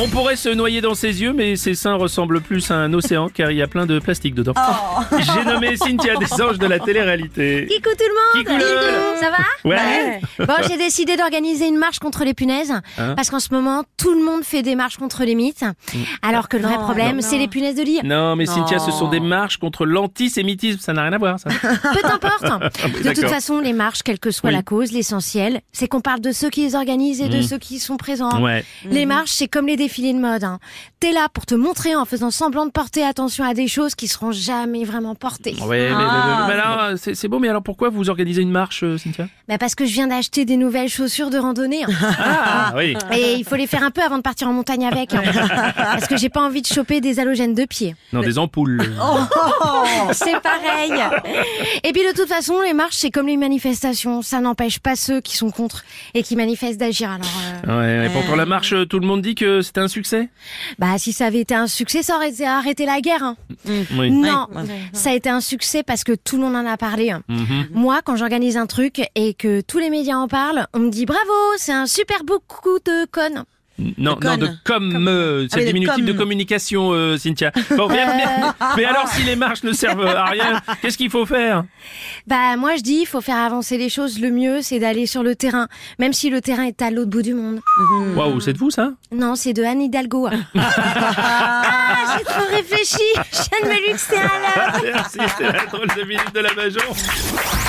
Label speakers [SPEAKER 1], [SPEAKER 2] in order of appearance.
[SPEAKER 1] On pourrait se noyer dans ses yeux, mais ses seins ressemblent plus à un océan car il y a plein de plastique dedans. J'ai nommé Cynthia Desanges de la télé-réalité.
[SPEAKER 2] Kikou tout le monde
[SPEAKER 1] Kikou le-
[SPEAKER 2] Kikou, Ça va Bah
[SPEAKER 1] Ouais.
[SPEAKER 2] Bon, j'ai décidé d'organiser une marche contre les punaises,
[SPEAKER 1] Hein Mmh.
[SPEAKER 2] parce qu'en ce moment, tout le monde fait des marches contre les mythes, alors que le vrai problème, c'est les punaises de lit.
[SPEAKER 1] Non, mais Cynthia, ce sont des marches contre l'antisémitisme, ça n'a rien à voir, ça.
[SPEAKER 2] Peu importe
[SPEAKER 1] oui,
[SPEAKER 2] De toute
[SPEAKER 1] Ah, bah, d'accord.
[SPEAKER 2] façon, les marches, quelle que soit
[SPEAKER 1] Oui. Mmh.
[SPEAKER 2] la cause, l'essentiel, c'est qu'on parle de ceux qui les organisent et de ceux qui y sont présents.
[SPEAKER 1] Ouais.
[SPEAKER 2] Les marches, c'est comme les défilés de mode. hein. T'es là pour te montrer en faisant semblant de porter attention à des choses qui seront jamais vraiment portées.
[SPEAKER 1] Ouais, mais- mais, mais alors, euh, c'est c'est beau, mais alors pourquoi vous organisez une marche, euh, Cynthia
[SPEAKER 2] Bah parce que je viens d'acheter des nouvelles chaussures de randonnée. hein.
[SPEAKER 1] Ah, oui.
[SPEAKER 2] Et il faut les faire un peu avant de partir en montagne avec. hein. Parce que j'ai pas envie de choper des halogènes de pied.
[SPEAKER 1] Non, des ampoules.
[SPEAKER 2] C'est pareil. Et puis de toute façon, les marches, c'est comme les manifestations. Ça n'empêche pas ceux qui sont contre et qui manifestent d'agir. Alors, euh,
[SPEAKER 1] Ouais, et pourtant la marche, euh, tout le monde dit que c'était un succès
[SPEAKER 2] bah si ça avait été un succès, ça aurait arrêté la guerre. hein.
[SPEAKER 1] Oui. Mhm.
[SPEAKER 2] Non, ça a été un succès parce que tout le monde en a parlé. hein. Moi, quand j'organise un truc et que tous les médias en parlent, on me dit bravo, c'est un super beau coup de conne.
[SPEAKER 1] Non, non, de com, euh, c'est
[SPEAKER 3] Ah oui,
[SPEAKER 1] le
[SPEAKER 3] de
[SPEAKER 1] diminutif
[SPEAKER 3] com.
[SPEAKER 1] de communication, euh, Cynthia. Bon, mais, mais- mais alors, si les marches ne servent à rien, qu'est-ce qu'il faut faire
[SPEAKER 2] Bah moi je dis, il faut faire avancer les choses. Le mieux, c'est d'aller sur le terrain, même si le terrain est à l'autre bout du monde.
[SPEAKER 1] Waouh, c'est de vous, ça
[SPEAKER 2] Non, c'est de Anne Hidalgo. ah, j'ai trop réfléchi. Je viens de me luxer à l'heure.
[SPEAKER 1] Merci, c'est la drôle de minute de la Bajon.